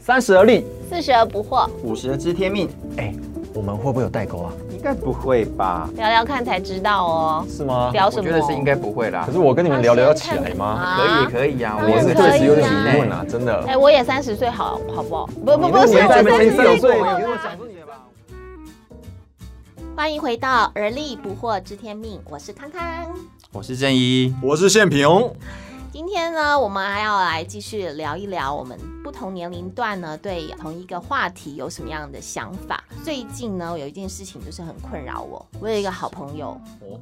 三十而立，四十而不惑，五十知天命，哎，我们会不会有代沟啊？应该不会吧？聊聊看才知道哦。是吗？聊我什么？觉得是应该不会啦可。是我跟你们聊聊要起来吗？啊可以可以啊，当我然可是以确啊确实实有有点点疑疑问问啊啊，。真的。哎，我也三十岁，好好不好？不不不哦你是，那个我年代三没十三十岁岁过你跟了我啦讲。说你的吧欢迎回到而立不惑知天命，我是康康。我是正一，我是宪平，今天呢，我们还要来继续聊一聊我们不同年龄段呢对同一个话题有什么样的想法。最近呢，有一件事情就是很困扰我，我有一个好朋友。哦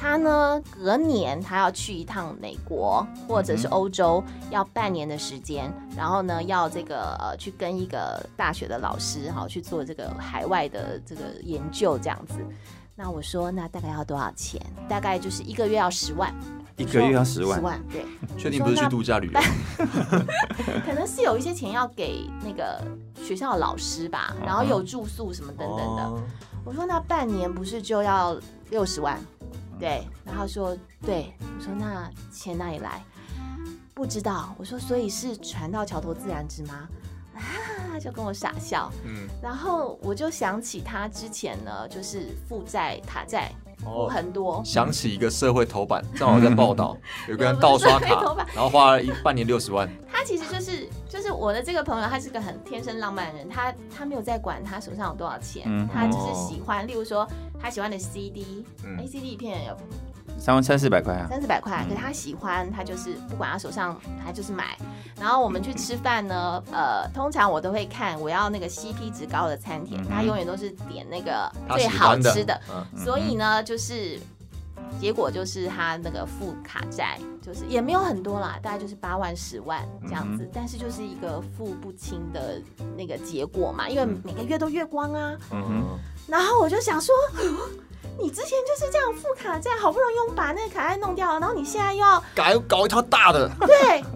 他呢，隔年他要去一趟美国或者是欧洲，要半年的时间，然后呢，要这个呃去跟一个大学的老师哈去做这个海外的这个研究这样子。那我说，那大概要多少钱？大概就是一个月要十万，一个月要十十，万对。 确定不是去度假旅游？ 可能是有一些钱要给那个学校的老师吧，然后有住宿什么等等的。啊哦我说那半年不是就要六十万？对，然后他说对，我说那钱哪里来？不知道。我说所以是船到桥头自然直吗？ 啊，就跟我傻笑。嗯，然后我就想起他之前呢，就是负债卡债负哦，很多，想起一个社会头版，正好在报 道，有个人盗社刷会头卡版，然后花了一半年六十万，他其实就是就是我的这个朋友，他是个很天生浪漫的人，他他没有在管他手上有多少钱，嗯他就是喜欢，例如说他喜欢的 CD，哎、CD 一片有三万三四百块啊，三四百块，可是他喜欢，他就是不管他手上，他就是买。然后我们去吃饭呢，呃，通常我都会看我要那个 CP 值高的餐厅，嗯哼他永远都是点那个他最喜好欢的吃的，嗯所以呢，就是结果就是他那个负卡债，就是也没有很多啦，大概就是八万、十万这样嗯子，但是就是一个付不清的那个结果嘛，因为嗯每个月都月光啊。嗯哼，然后我就想说， 你之前就是这样付卡债，好不容易把那个卡债弄掉了，然后你现在又要搞搞一套大的，对，那个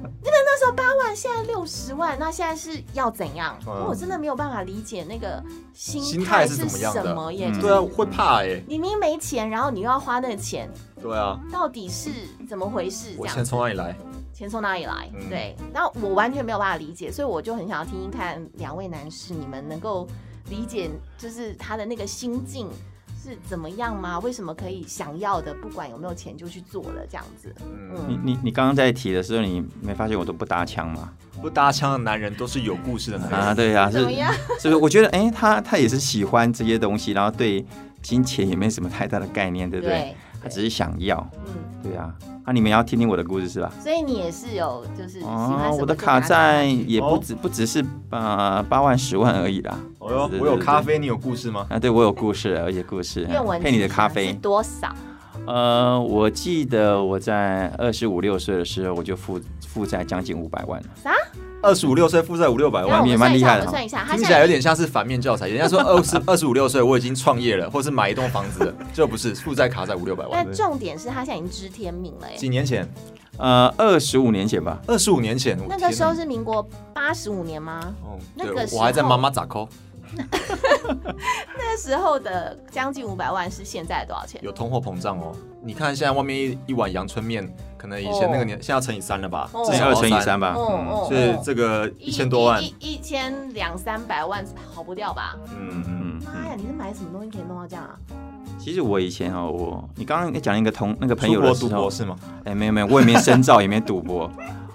那时候八万，现在六十万，那现在是要怎样？因为我真的没有办法理解那个心嗯心态态是是什怎么样的么耶。就是对啊，会怕哎，你明明没钱，然后你又要花那个钱，对啊，到底是怎么回事？这我样钱从哪里来？钱从哪里来？嗯对，那我完全没有办法理解，所以我就很想要听听看两位男士，你们能够理解就是他的那个心境是怎么样吗？为什么可以想要的，不管有没有钱就去做了这样子？嗯，你嗯，你你刚刚在提的时候，你没发现我都不搭腔吗？不搭腔的男人都是有故事的男人啊，对啊，怎是么样？所以我觉得，哎、他他也是喜欢这些东西，然后对金钱也没什么太大的概念，对不对？他只是想要，嗯，对啊。那、你们要听听我的故事是吧？哦所以你也是有嗯就是喜欢什么、我的卡债，也不只、不只是呃八万十万而已啦。哦哟，对我有对咖对啡，你有故事吗？啊，对我有故事，而且故事愿闻配你的其咖详啡是。多少？呃，我记得我在二十五六岁的时候，我就负负债将近五百万了。二十五六岁负债五六百然后哇万我你。们呃也算蛮一下，我们厉害的哦哈算一下，他听现起来有在点像是反面教材。人家说二十 二十五六岁我已经创业了，或是买一栋房子了， 这不是负债卡债五六百万。但重点是他现在已经知天命了耶。几年前，呃，二十五年前吧，二十五年前，我那个天时哪候，是民国八十五年吗？哦那对个时候我还在妈妈咋抠，那时候的将近五百万是现在多少钱？有通货膨胀哦。你看现在外面一一碗阳春面，可能以前那个年，现在要乘以三了吧？哦乘至以少二要乘以三吧。吧。嗯哦所以这个一千多万一，一一千两三百万跑不掉吧？嗯嗯，嗯妈呀，你是买什么东西可以弄到这样啊？其实我以前哦，我你刚刚讲了一个同那个朋出友的国时读候博，士吗？哎，没有没有，我也没深造，也没赌博，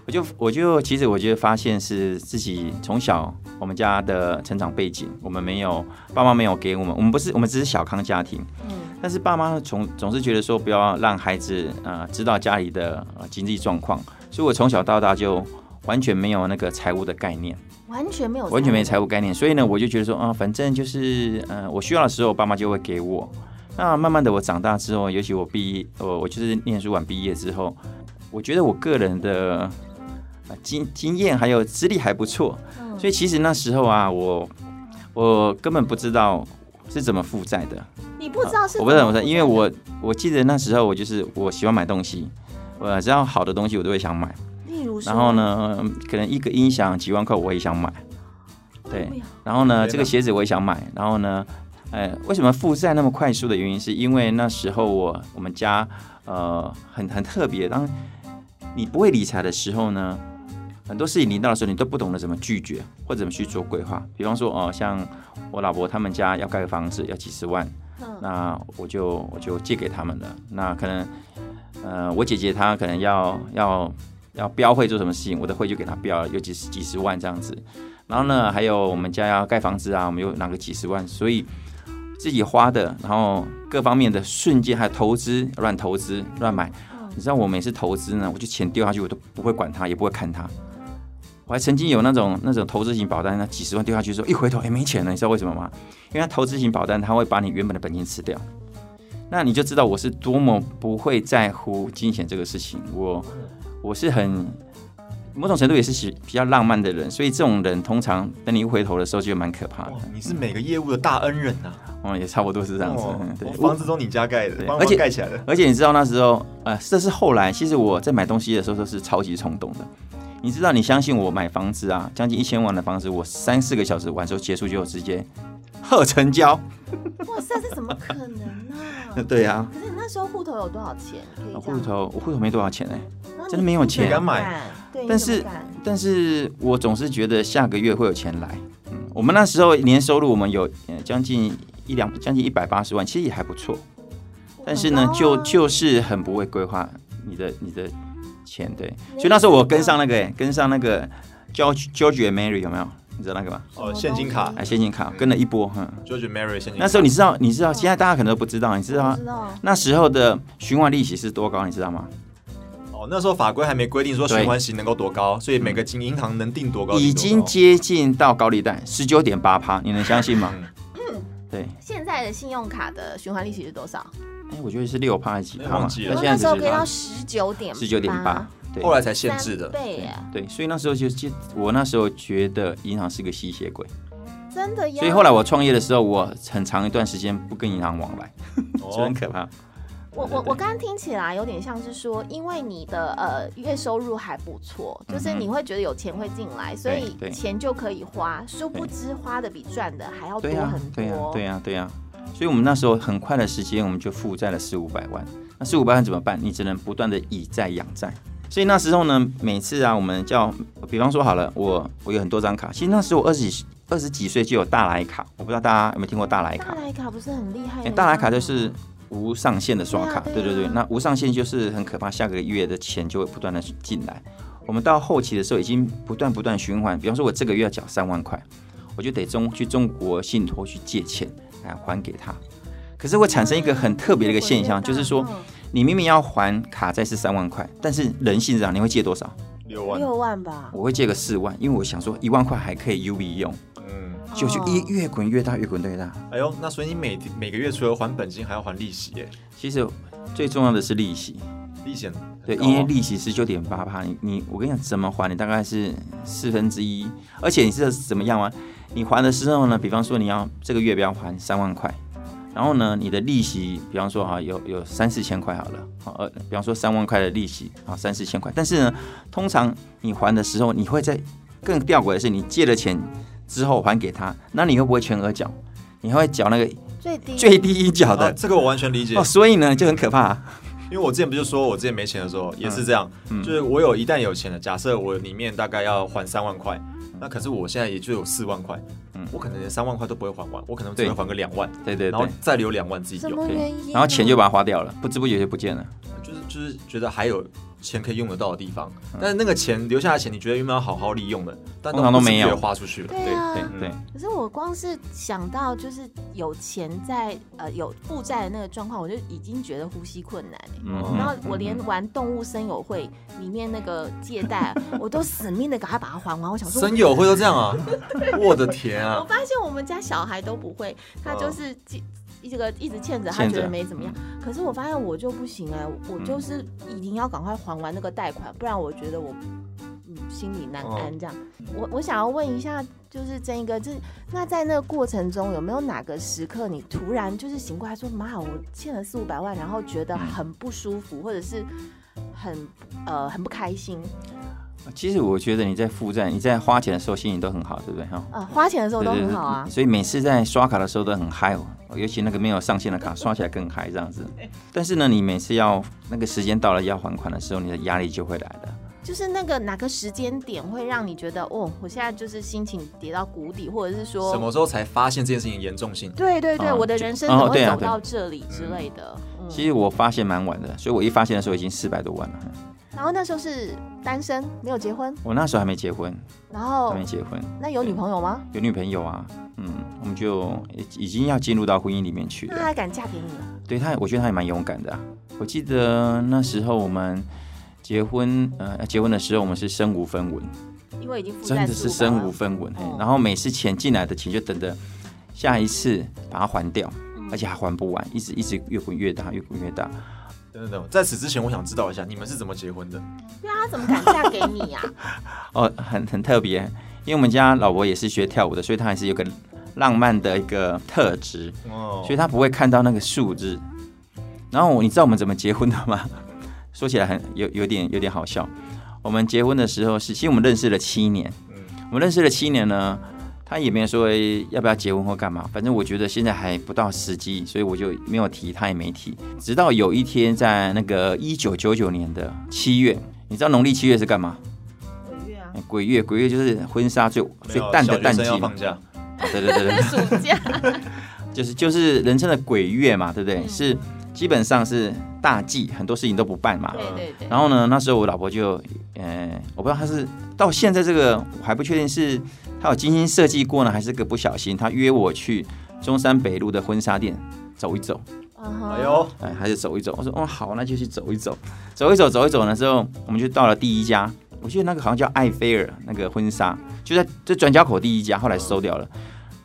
我就我就其实我就发现是自己从小我们家的成长背景，我们没有爸妈没有给我们，我们不是我们只是小康家庭，嗯，但是爸妈总总是觉得说不要让孩子呃知道家里的呃经济状况，所以我从小到大就完全没有那个财务的概念。完全没有，完全没。财务概念，所以呢，我就觉得说啊、反正就是呃，我需要的时候，爸妈就会给我。那慢慢的，我长大之后，尤其我毕业，我、我就是念书完毕业之后，我觉得我个人的呃经经验还有资历还不错，嗯所以其实那时候啊，我我根本不知道是怎么负债的。嗯你不知道是？啊我不知道，我不知道，因为我我记得那时候我就是我喜欢买东西，我只要好的东西我都会想买。例如说，然后？呢，可能一个音响几万块我也想买，对哎呀。然后呢，天这个哪鞋子我也想买。然后呢，呃，为什么负债那么快速的原因，是因为那时候我我们家呃很很特别，当你不会理财的时候呢，很多事情临到的时候，你都不懂得怎么拒绝或者怎么去做规划。比方说，哦、像我老婆他们家要盖个房子，要几十万，嗯那我就我就借给他们了。那可能，呃，我姐姐她可能要要要标会做什么事情，我的会就给她标了，有几十几十万这样子。然后呢，还有我们家要盖房子啊，我们又拿个几十万，所以自己花的，然后各方面的瞬间还有投资，乱投资乱买。你知道我每次投资呢，我就钱丢下去，我都不会管它，也不会看它。我还曾经有那种那种投资型保单，那几十万丢下去之后，一回头，哎、没钱了，你知道为什么吗？因为它投资型保单，它会把你原本的本金吃掉。那你就知道我是多么不会在乎金钱这个事情。我嗯我是很某种程度也是喜比较浪漫的人，所以这种人通常等你一回头的时候就蛮可怕的哇。，你是每个业务的大恩人呐！嗯，也差不多是啊这样子。哦嗯对哦，房子都你家盖的对，帮而忙且盖起来的。而且你知道那时候，呃，这是后来，其实我在买东西的时候都是超级冲动的。你知道，你相信我买房子啊，将近一千万的房子，我三四个小时完之后结束就直接贺成交。哇塞，这怎么可能 呢、对啊，可是你那时候户头有多少钱？可以这样哦户头我户头没多少钱哎、然后你真的没有钱你怎么敢买办，对，你但怎么是办但是我总是觉得下个月会有钱来。嗯，我们那时候年收入我们有呃将近一两将近一百八十万，其实也还不错。但是呢很高，啊就就是很不会规划你的你的钱，对。没所以那时候我错跟上那个、欸，跟上那个 George George and Mary 有没有？你知道那个吗？哦，现金卡哎，现金卡跟了一波，哼。 ，George and Mary 现金卡。那时候你知道，你知道，现在大家可能都不知道，你知道我知道那时候的循环利息是多高，你知道吗？哦，那时候法规还没规定说对循环息能够多高，所以每个金银行能定多高已定多经高接近到高利贷，十九点八趴，你能相信吗？嗯对，现在的信用卡的循环利息是多少？哎，我觉得是六趴还是几趴嘛忘？记了那我现那在时候是可以到十啊九点十九点八，，对后来才限制的三。倍耶，对，所以那时候就就我那时候觉得银行是个吸血鬼，真的呀。所以后来我创业的时候，我很长一段时间不跟银行往来，哦觉得很可怕。我对我对我刚刚听起来有点像是说，因为你的呃月收入还不错，就是嗯哼你会觉得有钱会进来，所以对钱就可以花，殊不知花的比赚的还要多对呀、很对呀、多。对呀、啊对呀、所以我们那时候很快的时间，我们就负债了四五百万。那四五百万怎么办？你只能不断的以债养债。所以那时候呢，每次啊，我们叫，比方说好了，我我有很多张卡。其实那时候我二十几二十几岁就有大来卡，我不知道大家有没有听过大来卡大？来卡不是很厉害啊哎，的吗？大来卡就是无上限的刷卡，嗯对啊对对啊对对。那无上限就是很可怕，下个月的钱就会不断的进来。我们到后期的时候，已经不断不断循环。比方说，我这个月要缴三万块，我就得中去中国信托去借钱来还给他。可是会产嗯生一个很特别的一个啊现象，就是说，你明明要还卡债是三万块，但是人性上你会借多少？六嗯万，六万吧，我会借个四万，因为我想说一万块还可以 U B 用，嗯，就就哦一越滚越大，越滚越大。哎呦，那所以你每每个月除了还本金，还要还利息耶，其实最重要的是利息，利息很对，高因为哦利息是九点八趴，你你我跟你讲怎么还，你大概是四分之一，而且你知道是怎么样吗？你还的时候呢，比方说你要这个月不要还三万块，然后呢，你的利息，比方说啊，有有三四千块好了，好呃，比方说三万块的利息啊，三四千块，但是呢，通常你还的时候，你会在更吊诡的是，你借了钱之后还给他，那你会不会全额缴？你还会缴那个最低最低一缴啊的这个我完全理解哦，，所以呢就很可怕、啊因为我之前不就说我之前没钱的时嗯候也是这样，就是我有一旦有钱了，假设我里面大概要还三万块，那可是我现在也就有四万块，嗯我可能连三万块都不会还完，我可能只对会还个两万，对对然后对。再留两万自己什用，么对原因啊？然后钱就把它花掉了，不知不觉就不见了。就是就是觉得还有钱可以用得到的地方，但是那个钱留下的钱，你觉得有没有好好利用的？但嗯通常都没有不自觉花出去了，对啊，嗯对哦对，可是我光是想到就是有钱在呃有负债的那个状况，我就已经觉得呼吸困难、欸。嗯然后我连玩动物森友会里面那个借 贷，我都死命的赶快把它还完。我想说，真友会都这样 啊！我的天我啊！发现我们家小孩都不会，他就是借这个一直欠着，他哦欠觉着得没怎么样。可是我发现我就不行哎、我嗯就是一定要赶快还完那个贷款，不然我觉得我嗯心里难哦安这样。我我想要问一下，就是真一哥，就是那在那个过程中有没有哪个时刻你突然就是醒过来说，妈，我欠了四五百万，嗯然后觉得很不舒服，或者是很呃很不开心？其实我觉得你在负债、你在花钱的时候心情都很好，对不对？哈，啊，花钱的时候对都对对很好啊。所以每次在刷卡的时候都很嗨哦，尤其那个没有上限的卡，刷起来更嗨这样子。 但是呢，你每次要那个时间到了要还款的时候，你的压力就会来的。就是那个哪个时间点会让你觉得，哦，我现在就是心情跌到谷底，或者是说什么时候才发现这件事情严重性？对对对，啊我的就人生哦怎么对会啊走对到这里之类的。嗯其实我发现蛮晚的，所以我一发现的时候已经四百多万了。然后那时候是单身，没有结婚，我那时候还没结婚，然还后没结婚，那有女朋友吗？有女朋友啊，嗯，我们就已已经要进入到婚姻里面去那了她。还敢嫁给你啊？对他，我觉得他也蛮勇敢的、啊。我记得那时候我们结婚，呃，结婚的时候我们是身无分文，因为已经负真债的400是万身无分文。嘿哦然后每次钱进来的钱就等着下一次把它还掉，而且还还不完，一直一直越滚越大，越滚越大。等等等，在此之前，我想知道一下你们是怎么结婚的？对啊，她怎么敢嫁给你 啊？哦，很很特别，因为我们家老婆也是学跳舞的，所以她还是有个浪漫的一个特质，哦所以她不会看到那个数字。然后你知道我们怎么结婚的吗？ 说起来很有有点有点好笑。我们结婚的时候是，其实我们认识了七年，嗯我们认识了七年呢，她也没有说诶要不要结婚或干嘛，反正我觉得现在还不到时机，所以我就没有提，她也没提。直到有一天，在那个一九九九年的七月，你知道农历七月是干嘛？鬼月啊，哎鬼月，鬼月就是婚纱最没最有淡的小淡学生季要嘛哦放，假，对对对对，暑 假就是就是人称的鬼月嘛，对不对？是基本上是大忌，很多事情都不办嘛。对对对。然后呢，那时候我老婆就，呃，我不知道她是到现在这个，我还不确定是她有精心设计过呢，还是个不小心，她约我去中山北路的婚纱店走一走。嗯哼哎呦，哎，还是走一走。我说，哦，好，那就去走一走，走一走，走一走呢之后，我们就到了第一家，我记得那个好像叫艾菲尔那个婚纱，就在这转角口第一家，后来收掉了。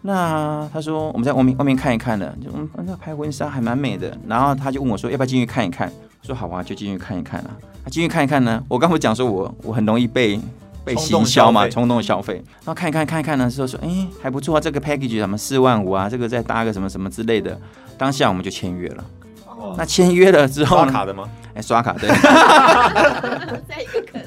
那他说我们在外面外面看一看的，就嗯，那拍婚纱还蛮美的。然后他就问我说要不要进去看一看，我说好啊，就进去看一看啊。他进去看一看呢，我刚不讲说我我很容易被被冲行动销嘛，消费冲动消费。然后看一看看一看呢，之后说哎、还不错啊，这个 package 什么四万五啊，这个再搭个什么什么之类的。当下我们就签约了。哇那签约了之后哦刷呢？卡的吗？哎，刷卡对 再一个坑，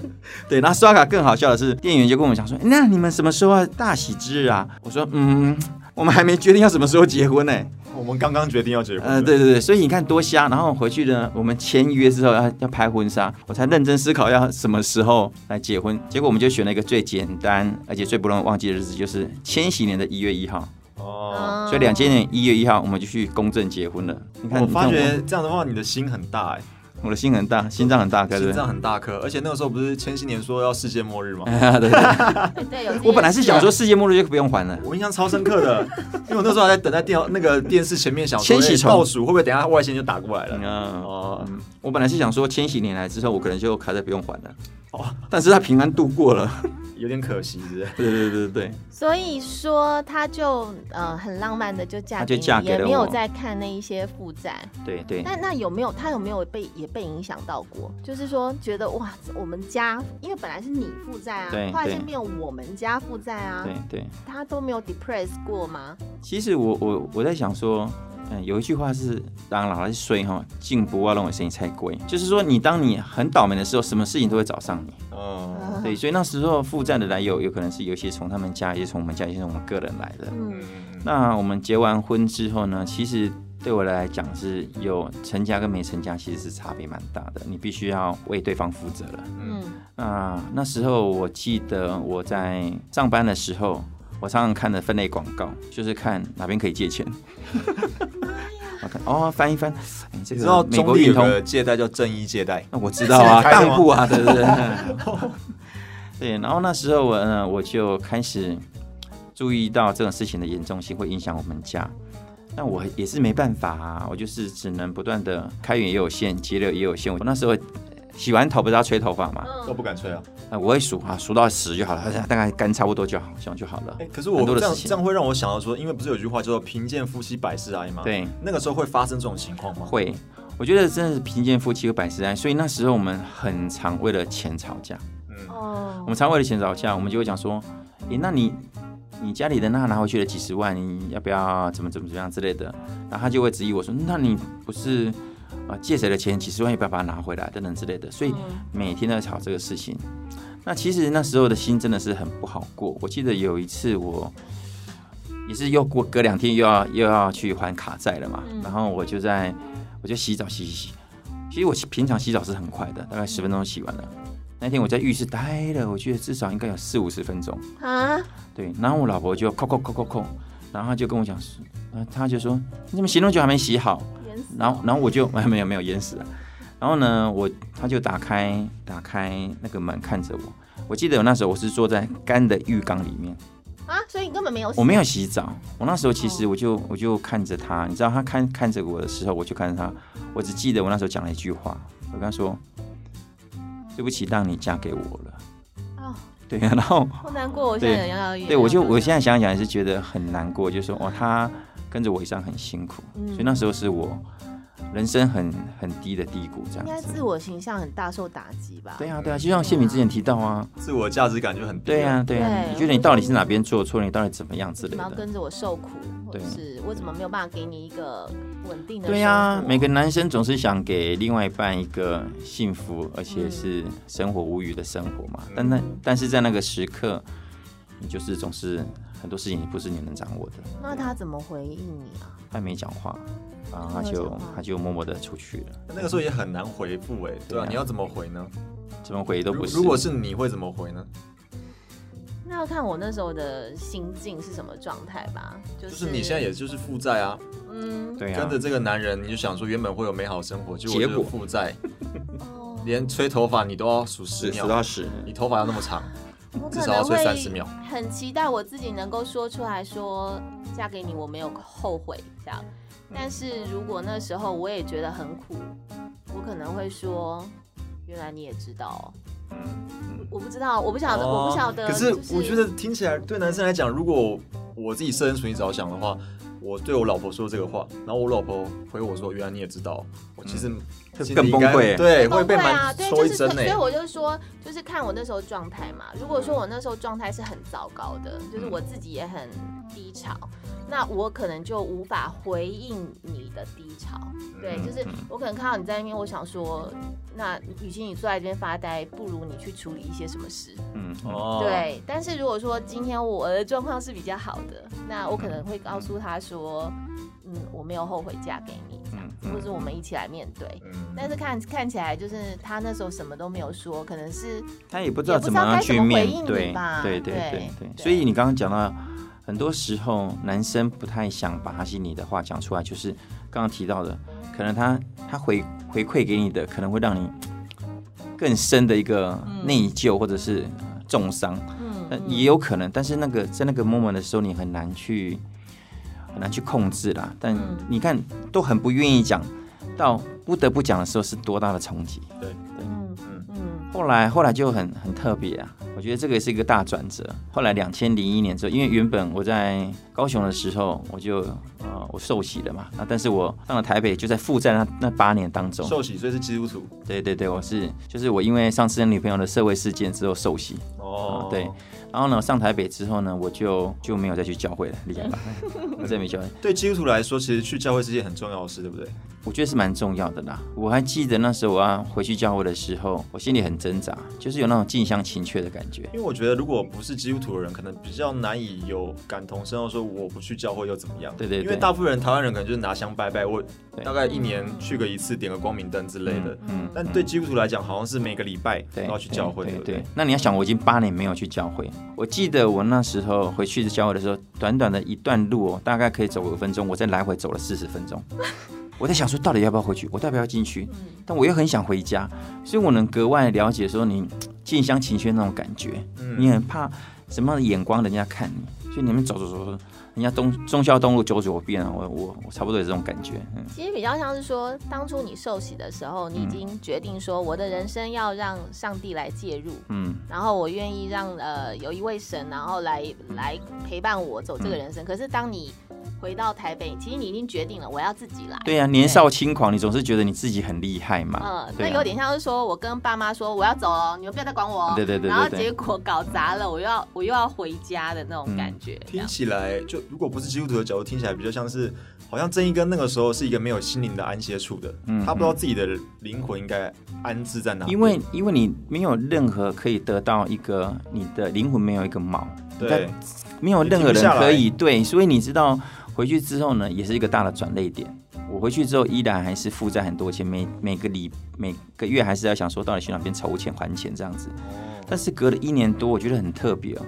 对。那刷卡更好笑的是，店员就跟我们讲说：“哎那你们什么时候要大喜之日啊？”我说：“嗯，我们还没决定要什么时候结婚呢、我们刚刚决定要结婚。呃，对，对对，所以你看多瞎。然后回去呢，我们签约之后要要拍婚纱，我才认真思考要什么时候来结婚。结果我们就选了一个最简单而且最不容易忘记的日子，就是千禧年的一月一号。哦，嗯所以两千年一月一号，我们就去公证结婚了。你看，我你发看觉这样的话，你的心很大哎，我我的心很大，心脏很大颗，对心不对？脏很大颗。而且那个时候不是千禧年说要世界末日吗？ 对对对对，有这件我本来是事想说世界末日就不用还了。我印象超深刻 的，因为我那时候还在等在电那个电视前面想说，千禧哎虫倒数会不会等一下外线就打过来了？嗯哦，我本来是想说千禧年来之后，我可能就卡债不用还了。哦， 但是他平安度过了。 有点可惜，是不是？对对对对，所以说，她就呃很浪漫的就嫁她给就你，嫁给也了没有我在看那一些负债。对对。那那有没有她有没有被也被影响到过？就是说觉得哇，我们家因为本来是你负债啊，对后来对现在变我们家负债啊对，对，她都没有 depress 过吗？其实我我我在想说，嗯，有一句话是“当老来衰哈，进不要让我声音太贵”，就是说你当你很倒霉的时候，什么事情都会找上你。哦，对，所以那时候负债的来由，有可能是有一些从他们家，也从我们家，也从我们个人来的。嗯，那我们结完婚之后呢，其实对我来讲是有成家跟没成家，其实是差别蛮大的。你必须要为对方负责了。嗯，啊，那时候我记得我在上班的时候，我常常看的分类广告，就是看哪边可以借 钱。我看哦，翻一翻，哎、这你知道个美中国立运有通，个借贷叫正一借贷，那我知道啊，是开的吗当铺啊，对对对。 对，然后那时候我呢，我就开始注意到这种事情的严重性会影响我们家。但我也是没办法啊，我就是只能不断的开源也有限，节流也有限。我那时候洗完头不是要吹头发嘛，哦嗯都不敢吹啊。啊，我会数啊，数到十就好了，大概干差不多就好，这样就好了。哎，可是很我多的这样事情这样会让我想到说，因为不是有句话叫做“贫贱夫妻百事哀”吗？，对，那个时候会发生这种情况吗？会，我觉得真的是贫贱夫妻和百事哀，所以那时候我们很常为了钱吵架，哦我，们常为了钱吵架，我们就会讲说，诶，那你你家里的那拿回去了几十万，你要不要怎么怎么怎么样之类的，然后他就会质疑我说，那你不是啊、呃借谁的钱几十万，要不要把它拿回来等等之类的，所以每天都在吵这个事情。那其实那时候的心真的是很不好过。我记得有一次我也是又过隔两天又要又要去还卡债了嘛，嗯然后我就在我就洗澡洗洗洗，其实我平常洗澡是很快的，大概十分钟洗完了。那天我在浴室待了，我觉得至少应该有四五十分钟。啊，对，然后我老婆就扣扣扣扣扣，然后她就跟我讲说，呃她就说你怎么洗那么久还没洗好？淹死然后然后我就 没有没有淹死了。然后呢，我她就打开打开那个门看着我，我记得我那时候我是坐在干的浴缸里面，啊，所以你根本没有死，我没有洗澡。我那时候其实我就我就看着她，你知道她看看着我的时候，我就看着她，我只记得我那时候讲了一句话，我跟她说对不起，让你嫁给我了。哦，对啊，然后。好难过，我现在对也要对，我就我现在想想也是觉得很难过，就是说哦，他跟着我一上很辛苦，嗯所以那时候是我人生很很低的低谷这应该样自子。我形象很大受打击吧？对啊，对啊，就像谢敏之前提到啊，自我价值感就很低。对啊，，对啊，对你觉得你到底是哪边做错，你到底怎么样之为什类么要的？跟着我受苦，或者对是我怎么没有办法给你一个稳定的对啊生，活每个男生总是想给另外一半一个幸福，而嗯且是生活无虞的生活嘛。但那但是在那个时刻，你就是总是很多事情不是你能掌握的。那他怎么回应你啊？他没讲话，然后他没有就讲话他就默默的出去了。那个时候也很难回复哎，对对啊啊，你要怎么回呢？怎么回都如不是。如果是你会怎么回呢？那要看我那时候的心境是什么状态吧。就就是你现在也就是负债啊，嗯对啊跟，着这个男人，你就想说原本会有美好生活，结果结就果是负债，哦，连吹头发你都要数十秒，十，你头发要那么长，我至可少要能吹会30秒很期待我自己能够说出来说嫁给你我没有后悔这样，但是如果那时候我也觉得很苦，我可能会说原来你也知道、哦，我不知道，我不晓得，我不晓得，嗯哦可是就我觉得听起来对男生来讲，如果我自己设身处地着想的话，我对我老婆说这个话，然后我老婆回我说：“原来你也知道。”我其实心里更应该崩溃对，嗯崩会被溃啊，蛮对，抽就一欸嗯是针可呢所以。我就说，就是看我那时候状态嘛。如果说我那时候状态是很糟糕的，就是我自己也很低潮，那我可能就无法回应你的低潮。对，嗯就是我可能看到你在那边，我想说，那与其你坐在这边发呆，不如你去处理一些什么事。嗯，哦，哦，对，但是如果说今天我的状况是比较好的，那我可能会告诉他说，嗯，我没有后悔嫁给你这样子，嗯嗯或者我们一起来面对。嗯，但是看看起来就是他那时候什么都没有说，可能是他也不知道怎么样去面也不知道该怎么回应对你吧，对对对对对对。所以你刚刚讲到，很多时候男生不太想把他心里的话讲出来，就是刚刚提到的，可能他他回回馈给你的，可能会让你更深的一个内疚或者是重伤。嗯那也有可能，但是那个在那个 moment 的时候，你很难去很难去控制啦。但嗯你看，都很不愿意讲，到不得不讲的时候，是多大的冲击。嗯嗯后来后来就很很特别啊，我觉得这个也是一个大转折。后来两千零一年之后，因为原本我在高雄的时候，我就呃我受洗了嘛，那但是我上了台北，就在负债那那八年当中，受洗所以是基督徒对对对，我是就是我因为上次女朋友的社会事件之后受洗，哦，哦对，然后呢，上台北之后呢，我就就没有再去教会了，厉害吧？我真的没教会，对基督徒来说，其实去教会是一件很重要的事，对不对？我觉得是蛮重要的啦。我还记得那时候我要回去教会的时候，我心里很挣扎，就是有那种近乡情怯的感觉。因为我觉得，如果不是基督徒的人，可能比较难以有感同身受，说我不去教会又怎么样？对对对因为大部分人台湾人可能就是拿香拜拜，我对大概一年去个一次，点个光明灯之类的。嗯但对基督徒来讲，好像是每个礼拜都对，要去教会，对对对不对？那你要想，我已经八年没有去教会。我记得我那时候回去教会的时候，短短的一段路、哦，大概可以走五分钟，我再来回走了四十分 钟。我在想说，到底要不要回去？我到底要不要进去？但我又很想回家，所以我能格外了解说你近乡情怯那种感觉，嗯你很怕什么样的眼光人家看你，所以你们走走走走，人家东忠孝东路走左边啊，我我我差不多有这种感觉，嗯，其实比较像是说，当初你受洗的时候，你已经决定说，我的人生要让上帝来介入，嗯，然后我愿嗯意让呃有一位神，然后来来陪伴我走这个人生。可是当你回到台北，其实你已经决定了我要自己来。对呀、年少轻狂，你总是觉得你自己很厉害嘛。嗯，对那啊有点像是说我跟爸妈说我要走了，你们不要再管我哦。对对对对然后对结果搞砸了，我又要我又要回家的那种嗯感觉。这听样起来就如果不是基督徒的角度，听起来比较像是，好像正义跟那个时候是一个没有心灵的安歇处的，嗯他不知道自己的灵魂应该安置在哪里。因为因为你没有任何可以得到一个你的灵魂没有一个锚，对，没有任何停人不下来可以对，所以你知道回去之后呢，也是一个大的转泪点。我回去之后依然还是负债很多钱，每每个礼每个月还是要想说到底去哪边筹钱还钱这样子。哦但是隔了一年多，我觉得很特别哦，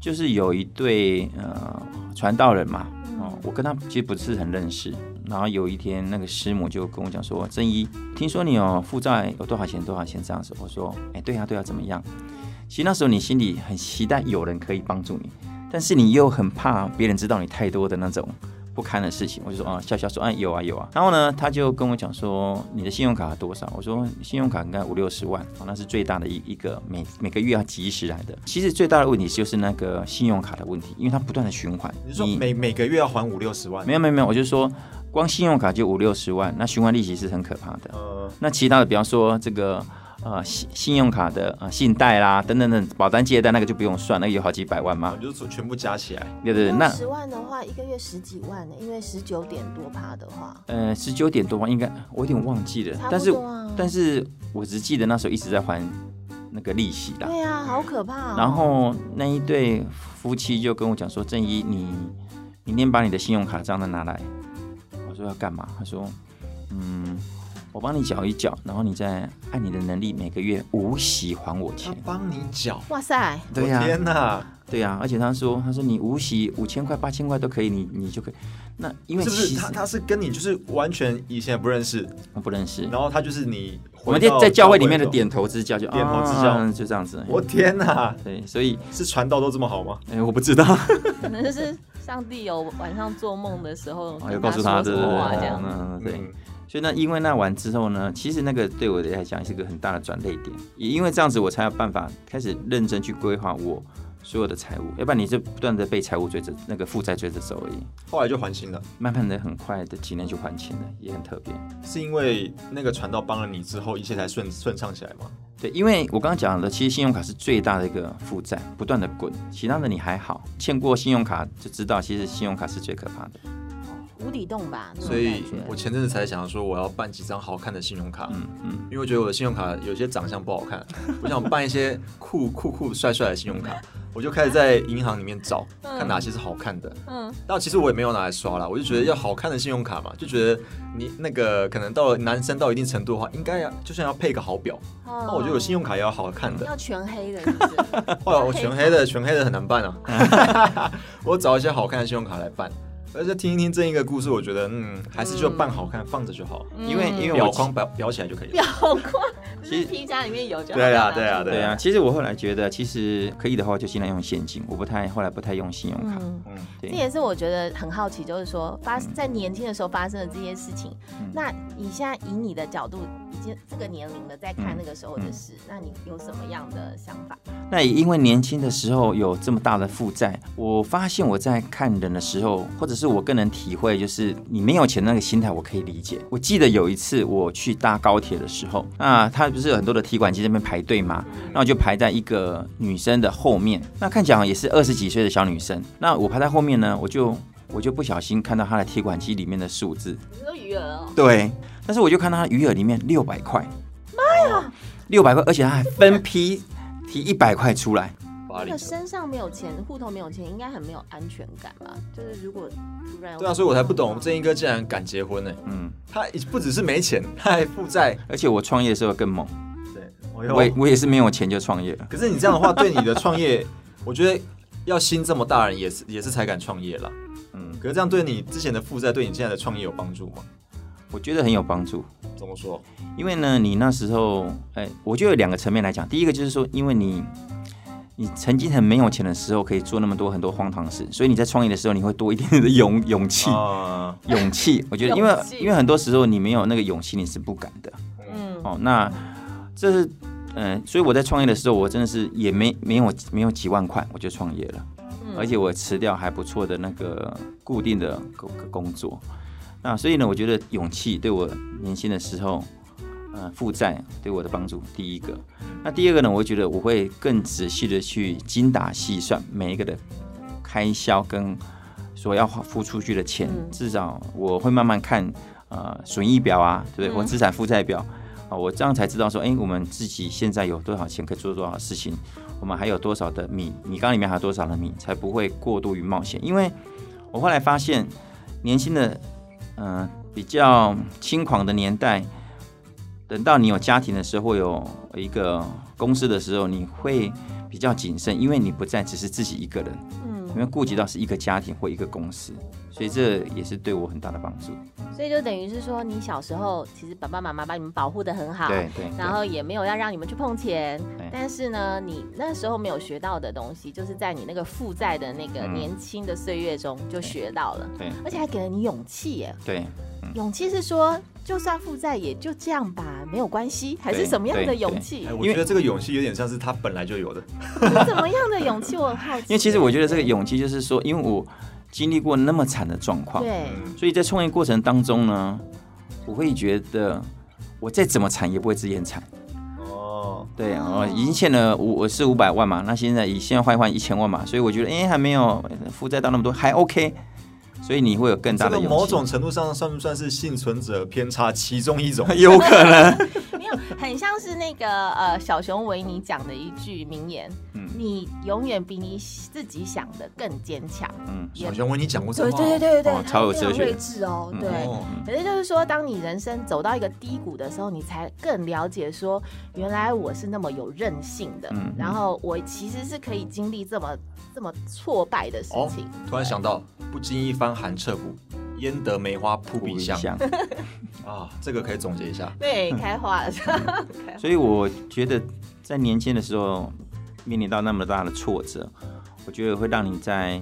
就是有一对呃传道人嘛，嗯哦，我跟他其实不是很认识。然后有一天，那个师母就跟我讲说：“正一，听说你有负债有多少钱多少钱这样子。”我说：“哎，对啊对啊，怎么样？”其实那时候你心里很期待有人可以帮助你，但是你又很怕别人知道你太多的那种不堪的事情。我就说啊，笑笑说，啊，有啊有啊。然后呢，他就跟我讲说，你的信用卡多少？我说信用卡应该五六十万，哦，那是最大的一一个每每个月要及时来的。其实最大的问题就是那个信用卡的问题，因为它不断的循环。你是说每每个月要还五六十万？没有没有没有，我就说光信用卡就五六十万，那循环利息是很可怕的。呃，那其他的，比方说这个呃信信用卡的呃信贷啦，等等等，保单借贷那个就不用算，那个有好几百万啊嘛，。就是全部加起来，对对对，那十万的话，一个月十几万呢、因为十九点多趴的话，呃十九点多万应该我有点忘记了，差但不是多啊。但是我只记得那时候一直在还那个利息啦。对啊，好可怕、哦。然后那一对夫妻就跟我讲说：“正一，你明天把你的信用卡账单拿来。”我说：“要干嘛？”他说：“嗯，我帮你缴一缴，然后你再按你的能力每个月无息还我钱他。嗯帮你缴。哇塞，对呀、我天哪，对呀、而且他说，他说你无息五千块、八千块都可以，你你就可以。那因为是不其是实他他是跟你就是完全以前也不认识，我哦不认识，然后他就是你我回们到在在教会里面的中，点头之交就点头之啊交就这样子。我天哪，对，所以是传道都这么好吗？哎、我 不知道，可能是上帝有晚上做梦的时候哦我跟有告诉说他对什对么对话这样。嗯嗯对。嗯所以呢，因为那完之后呢，其实那个对我来讲是个很大的转泪点，也因为这样子，我才有办法开始认真去规划我所有的财务，要不然你就不断的被财务追着那个负债追着走而已。后来就还清了，慢慢的，很快的几年就还清了，也很特别。是因为那个传道帮了你之后，一切才顺顺畅起来吗？对，因为我刚刚讲了，其实信用卡是最大的一个负债，不断的滚，其他的你还好，欠过信用卡就知道，其实信用卡是最可怕的。无底洞吧，那种所以感觉我前阵子才想说，我要办几张好看的信用卡，嗯嗯，因为我觉得我的信用卡有些长相不 好看，我想办一些酷酷酷帅帅的信用卡，嗯我就开始在银行里面找，看哪些是好看的。嗯，但其实我也没有拿来刷啦，我就觉得要好看的信用卡嘛，就觉得你那个可能到了男生到一定程度的话，应该要就算要配个好表，哦那我觉得我信用卡也要好看的。要全黑 的，是不是？后来我全黑的，全黑的很难办啊。 我找一些好看的信用卡来办，而且听一听这一个故事，我觉得嗯，还是就办好看，放着就好，因为嗯因为表我框裱裱起来就可以了。表框，就其是实皮夹里面有就好对啊了对啊对啊，其实我后来觉得，其实可以的话就尽量用现金，我不太后来不太用信用卡。嗯，嗯，对啊这也是我觉得很好奇，就是说发在年轻的时候发生的这些事情。嗯那你现在以你的角度，已经这个年龄了，在看嗯那个时候的事，那你有什么样的想法？那也因为年轻的时候有这么大的负债，我发现我在看人的时候，或者是我个人体会，就是你没有钱的那个心态，我可以理解。我记得有一次我去搭高铁的时候，那他不是有很多的提款机在那边排队嘛，那我就排在一个女生的后面，那看起来好像也是二十几岁的小女生。那我排在后面呢，我就我就不小心看到她的提款机里面的数字，你说余额哦，对，但是我就看到他余额里面六百块，妈呀，六百块，而且他还分批提一百块出来。巴那黎个的。身上没有钱，户头没有钱，应该很没有安全感吧？就是如果突然有对啊，所以我才不懂正一哥竟然敢结婚呢、嗯，他不只是没钱，他还负债。而且我创业的时候更猛，对，我也我也是没有钱就创业了。可是你这样的话，对你的创业， 我觉得要心这么大人也是也是才敢创业啦。嗯，可是这样对你之前的负债，对你现在的创业有帮助吗？我觉得很有帮助，怎么说？因为呢，你那时候，哎，我就有两个层面来讲，第一个就是说，因为你。你曾经很没有钱的时候，可以做那么多很多荒唐事，所以你在创业的时候，你会多一点的勇勇气，啊、勇气。我觉得，因为哦勇气因为很多时候你没有那个勇气，你是不敢的。嗯，哦，那这是嗯、呃所以我在创业的时候，我真的是也没没有没有几万块，我就创业了。嗯而且我辞掉还不错的那个固定的工工作。那所以呢，我觉得勇气对我年轻的时候，呃，负债对我的帮助，第一个。那第二个呢，我觉得我会更仔细的去精打细算每一个的开销跟所要花付出去的钱，嗯至少我会慢慢看呃损益表啊，对嗯不对？或资产负债表啊、我这样才知道说，哎，我们自己现在有多少钱可以做多少事情，我们还有多少的米，米缸里面还有多少的米，才不会过度于冒险。因为我后来发现，年轻的嗯、呃比较轻狂的年代，等到你有家庭的时候，有一个公司的时候，你会比较谨慎，因为你不再只是自己一个人，嗯，因为顾及到是一个家庭或一个公司，所以这也是对我很大的帮助。所以就等于是说，你小时候其实爸爸妈妈把你们保护的很好，对对，然后也没有要让你们去碰钱对，但是呢，你那时候没有学到的东西，就是在你那个负债的那个嗯年轻的岁月中就学到了，对而且还给了你勇气耶。对对勇气是说，就算负债也就这样吧，没有关系，还是对什么样的对勇对气哎，？我因为觉得这个勇气有点像是他本来就有的，是怎么样的勇气？我很好奇。因为其实我觉得这个勇气就是说，因为我经历过那么惨的状况，对，嗯所以在创业过程当中呢，我会觉得我再怎么惨也不会自己很惨。哦，对，我已经欠了五我是五百万嘛，那现在以现在换一换一千万嘛，所以我觉得哎、诶还没有负债到那么多，还 OK，所以你会有更大这的个勇气。某种程度上算不算是幸存者偏差其中一 种？有可能，没有，很像是那个呃小熊维尼讲的一句名言：嗯你永远比你自己想的更坚强。嗯，也小熊维尼讲过这对话，对对对对，哦他超有非常哲学睿智哦，嗯对。哦可是就是说，当你人生走到一个低谷的时候，你才更了解说，原来我是那么有韧性的，嗯然后我其实是可以经历这么这么挫败的事哦 情。，突然想到，不经一番寒彻骨，焉得梅花扑不鼻一香样。啊！这个可以总结一下。对，开化了。所以我觉得在年轻的时候面临到那么大的挫折，我觉得会让你在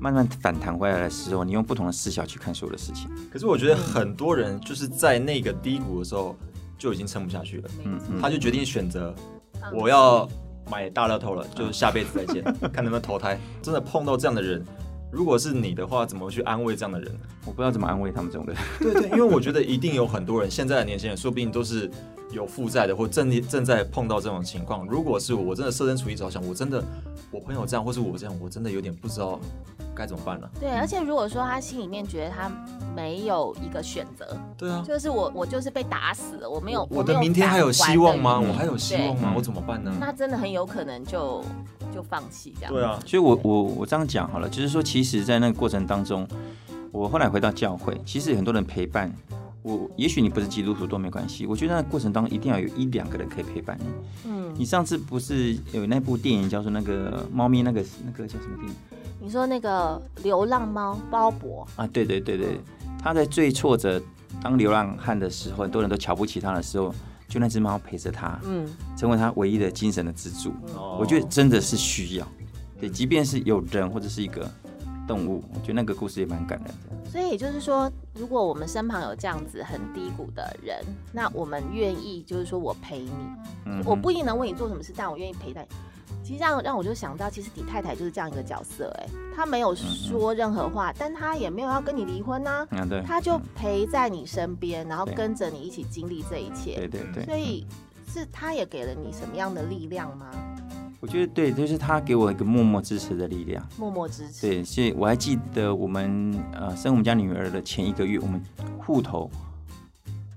慢慢反弹回来的时候，你用不同的视角去看所有的事情。可是我觉得很多人就是在那个低谷的时候就已经撑不下去了，嗯嗯，他就决定选择嗯我要买大乐透了，就是下辈子再 见，看能不能投胎。真的碰到这样的人，如果是你的话，怎么去安慰这样的人？我不知道怎么安慰他们这种人。 对对，因为我觉得一定有很多人，现在的年轻人说不定都是有负债的，或正正在碰到这种情况。如果是我，我真的设身处地着想，我真的我朋友这样，或是我这样，我真的有点不知道该怎么办了、 对，而且如果说他心里面觉得他没有一个选择，对啊，就是我我就是被打死了，我没有我没的明天打还有希望吗？完的我还有希望吗对？我怎么办呢？那真的很有可能就就放弃这样。对啊，所以我我我这样讲好了，就是说，其实，在那个过程当中，我后来回到教会，其实有很多人陪伴我。也许你不是基督徒都没关系，我觉得那个过程当中一定要有一两个人可以陪伴你。嗯，你上次不是有那部电影叫做那个猫咪那个那个叫什么电影你说那个流浪猫鲍勃，啊？对对对对，他在最挫折当流浪汉的时候，很多人都瞧不起他的时候，就那只猫陪着他，嗯，成为他唯一的精神的支柱。哦我觉得真的是需要，对，即便是有人或者是一个动物，我觉得那个故事也蛮感人的。所以也就是说，如果我们身旁有这样子很低谷的人，那我们愿意就是说我陪你，嗯我不一定能为你做什么事，但我愿意陪伴你。其实让让我就想到，其实你太太就是这样一个角色、哎，她没有嗯说任何话，但她也没有要跟你离婚呐、啊，对，她就陪在你身边，然后对跟着你一起经历这一切。对对对，所以是她也给了你什么样的力量吗？我觉得对，就是他给我一个默默支持的力量。默默支持。对，所以我还记得我们呃生我们家女儿的前一个月，我们户头，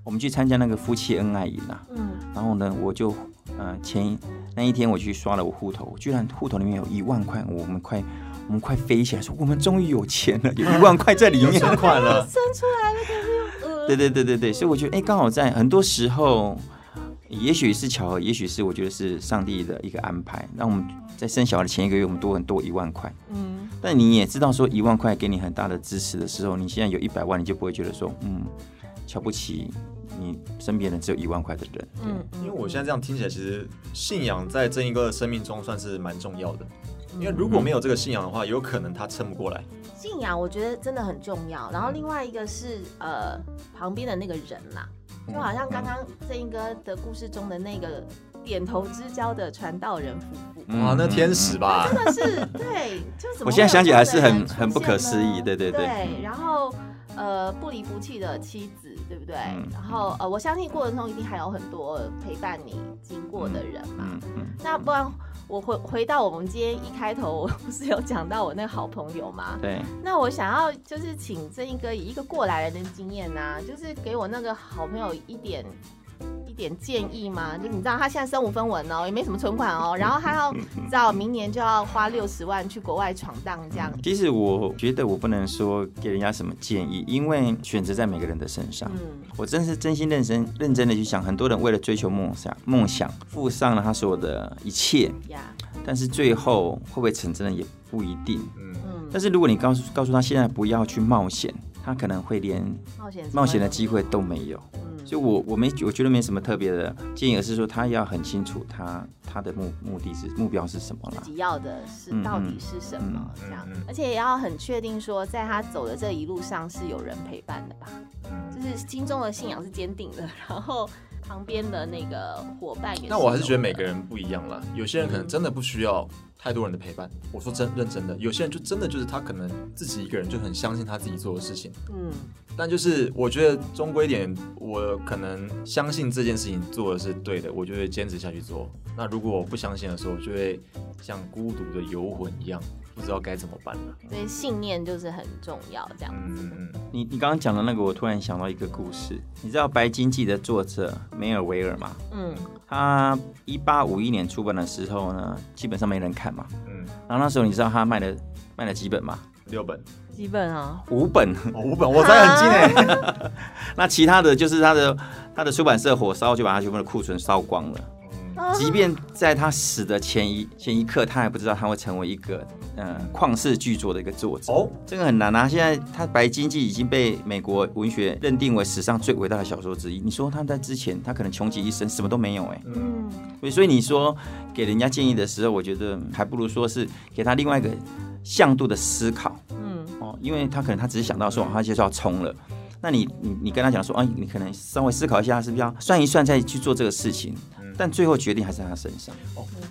我们去参加那个夫妻恩爱营啊，嗯，然后呢，我就呃前一那一天我去刷了我户头，居然户头里面有一万块，我们快我们快飞起来，说我们终于有钱了， 有一万块在里面。存款了，生出来了，可是又呃， 对对对对对，所以我觉得，哎，刚好在很多时候，也许是巧合，也许是我觉得是上帝的一个安排，让我们在生小孩的前一个月，我们多很多一万块。嗯，但你也知道，说一万块给你很大的支持的时候，你现在有一百万，你就不会觉得说，嗯，瞧不起你身边的只有一万块的人。嗯，嗯因为我现在这样听起来，其实信仰在这一个生命中算是蛮重要的。因为如果没有这个信仰的话，有可能他撑不过来。信仰我觉得真的很重要。然后另外一个是嗯呃旁边的那个人啦，就好像刚刚正英哥的故事中的那个点头之交的传道人夫妇，嗯哇，那天使吧，真的是对，就怎么我现在想起来是很会有这种人很不可思议出现呢对对对对，然后呃不离不弃的妻子，对不对？嗯然后呃，我相信过程中一定还有很多陪伴你经过的人嘛。嗯嗯，那不然我回回到我们今天一开头，我不是有讲到我那个好朋友吗？对，那我想要就是请正义哥以一个过来人的经验呐、就是给我那个好朋友一点一点建议嘛。就你知道他现在身无分文哦，也没什么存款哦，然后他 要知道明年就要花六十万去国外闯荡这样。其实我觉得我不能说给人家什么建议，因为选择在每个人的身上。嗯，我真是真心认真认真的去想，很多人为了追求梦想，梦想付上了他所有的一切，呀，但是最后会不会成真的也不一定。嗯，但是如果你告诉告诉他现在不要去冒险，他可能会连冒险冒险的机会都没有。嗯所以我我没我觉得没什么特别的建议，而是说他要很清楚他他的目目的是目标是什么自啦。己要的是嗯到底是什么这样嗯嗯，而且也要很确定说，在他走的这一路上是有人陪伴的吧，就是心中的信仰是坚定的，然后旁边的那个伙伴也。那我还是觉得每个。人不一样啦，有些人可能真的不需要太多人的陪伴。我说真认真的，有些人就真的就是他可能自己一个人就很相信他自己做的事情。嗯，但就是我觉得终归一点，我可能相信这件事情做的是对的，我就会坚持下去做。那如果我不相信的时候，我就会像孤独的游魂一样，不知道该怎么办了。所以信念就是很重要，这样。嗯嗯嗯，你你刚刚讲的那个，我突然想到一个故事，你知道《白鲸记》的作者梅尔维尔吗？嗯，他一八五一年出版的时候呢，基本上没人看嘛。嗯，然后那时候你知道他卖了卖了几本吗？六本，基本啊，五本。 哦，五本，我猜很近哎、那其他的就是他的他的出版社火烧，就把他全部的库存烧光了。即便在他死的前一前一刻，他还不知道他会成为一个呃旷世巨作的一个作者。哦，这个很难啊！现在他《白鲸记》已经被美国文学认定为史上最伟大的小说之一。你说他在之前，他可能穷极一生什么都没有哎、嗯，所以所以你说给人家建议的时候，我觉得还不如说是给他另外一个向度的思考。嗯，哦，因为他可能他只是想到说，哦他就是要冲了。那你你你跟他讲说，啊，你可能稍微思考一下，是不是要算一算再去做这个事情？嗯但最后决定还是在他身上。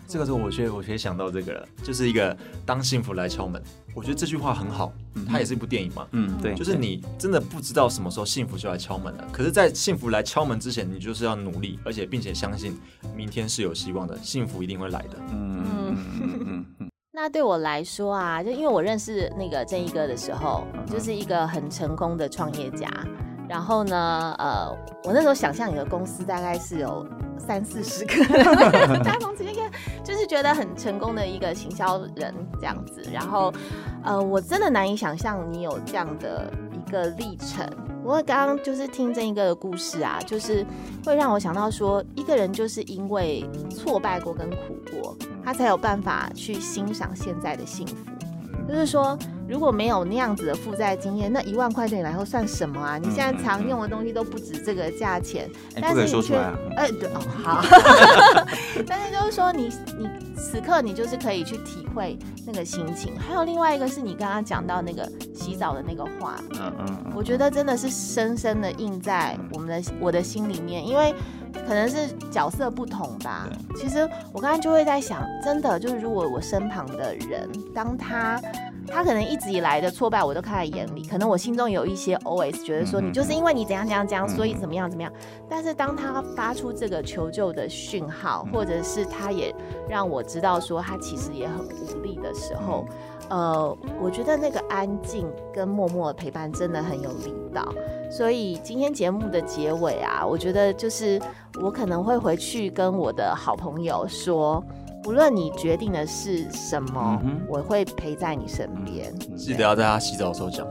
这个时候我觉得我可以想到这个了，就是一个当幸福来敲门。我觉得这句话很好，它也是一部电影嘛。嗯，对，就是你真的不知道什么时候幸福就来敲门了。可是，在幸福来敲门之前，你就是要努力，而且并且相信明天是有希望的，幸福一定会来的。嗯嗯嗯嗯嗯，那对我来说啊，就因为我认识那个正义哥的时候，就是一个很成功的创业家。然后呢，呃，我那时候想象你的公司大概是有三四十个人，大同直接看，就是觉得很成功的一个行销人这样子。然后，呃，我真的难以想象你有这样的一个历程。不过刚刚就是听正义哥的故事啊，就是会让我想到说，一个人就是因为挫败过跟苦过，他才有办法去欣赏现在的幸福。就是说，如果没有那样子的负债经验，那一万块对你来说算什么啊？你现在常用的东西都不止这个价钱，哎、但不是可以你说出却，来啊。哎、对哦， 好。但是就是说你，你此刻你就是可以去体会那个心情。还有另外一个是你刚刚讲到那个洗澡的那个画面，嗯嗯嗯，我觉得真的是深深的印在我们的我的心里面，因为可能是角色不同吧。其实我刚才就会在想，真的就是如果我身旁的人，当他他可能一直以来的挫败我都看在眼里，可能我心中有一些 always 觉得说嗯嗯你就是因为你怎样怎样怎样，嗯所以怎么样怎么样。但是当他发出这个求救的讯号，嗯或者是他也让我知道说他其实也很无力的时嗯候，呃，我觉得那个安静跟默默的陪伴真的很有力道。所以今天节目的结尾啊，我觉得就是我可能会回去跟我的好朋友说，不论你决定的是什么，嗯哼我会陪在你身边。记得要在他洗澡的时候讲。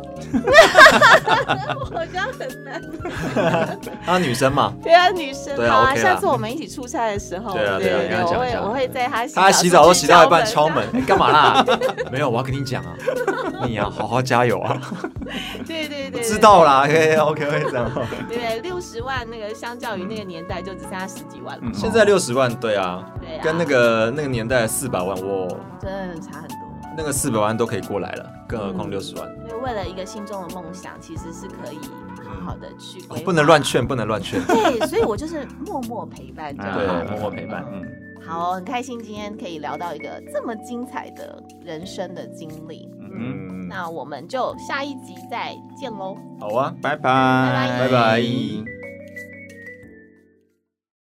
好像很难。她女生嘛，对啊，女生对啊，OK 啦下次我们一起出差的时候，对啊对对啊对跟她我讲一会下我会在她洗她洗澡都洗到一半敲门出去，哎干嘛啦？没有，我要跟你讲啊，你要好好加油啊！敲门。对对 对，知道啦，OK OK OK 这样。对。对对，六十万那个，相较于那个年代，就只剩下十几万了嗯嘛。现在六十万，对啊，对啊跟那个那个年代四百万，哇，真的很差很多。那个四百万都可以过来了，更何况六十万。所以为了一个心中的梦想，其实是可以好好的去规划、。哦不能乱劝，不能乱劝对，所以我就是默默陪伴就好。对啊默默陪伴嗯，好，很开心今天可以聊到一个这么精彩的人生的经历。嗯， 嗯，那我们就下一集再见喽。好啊，拜拜，拜拜拜。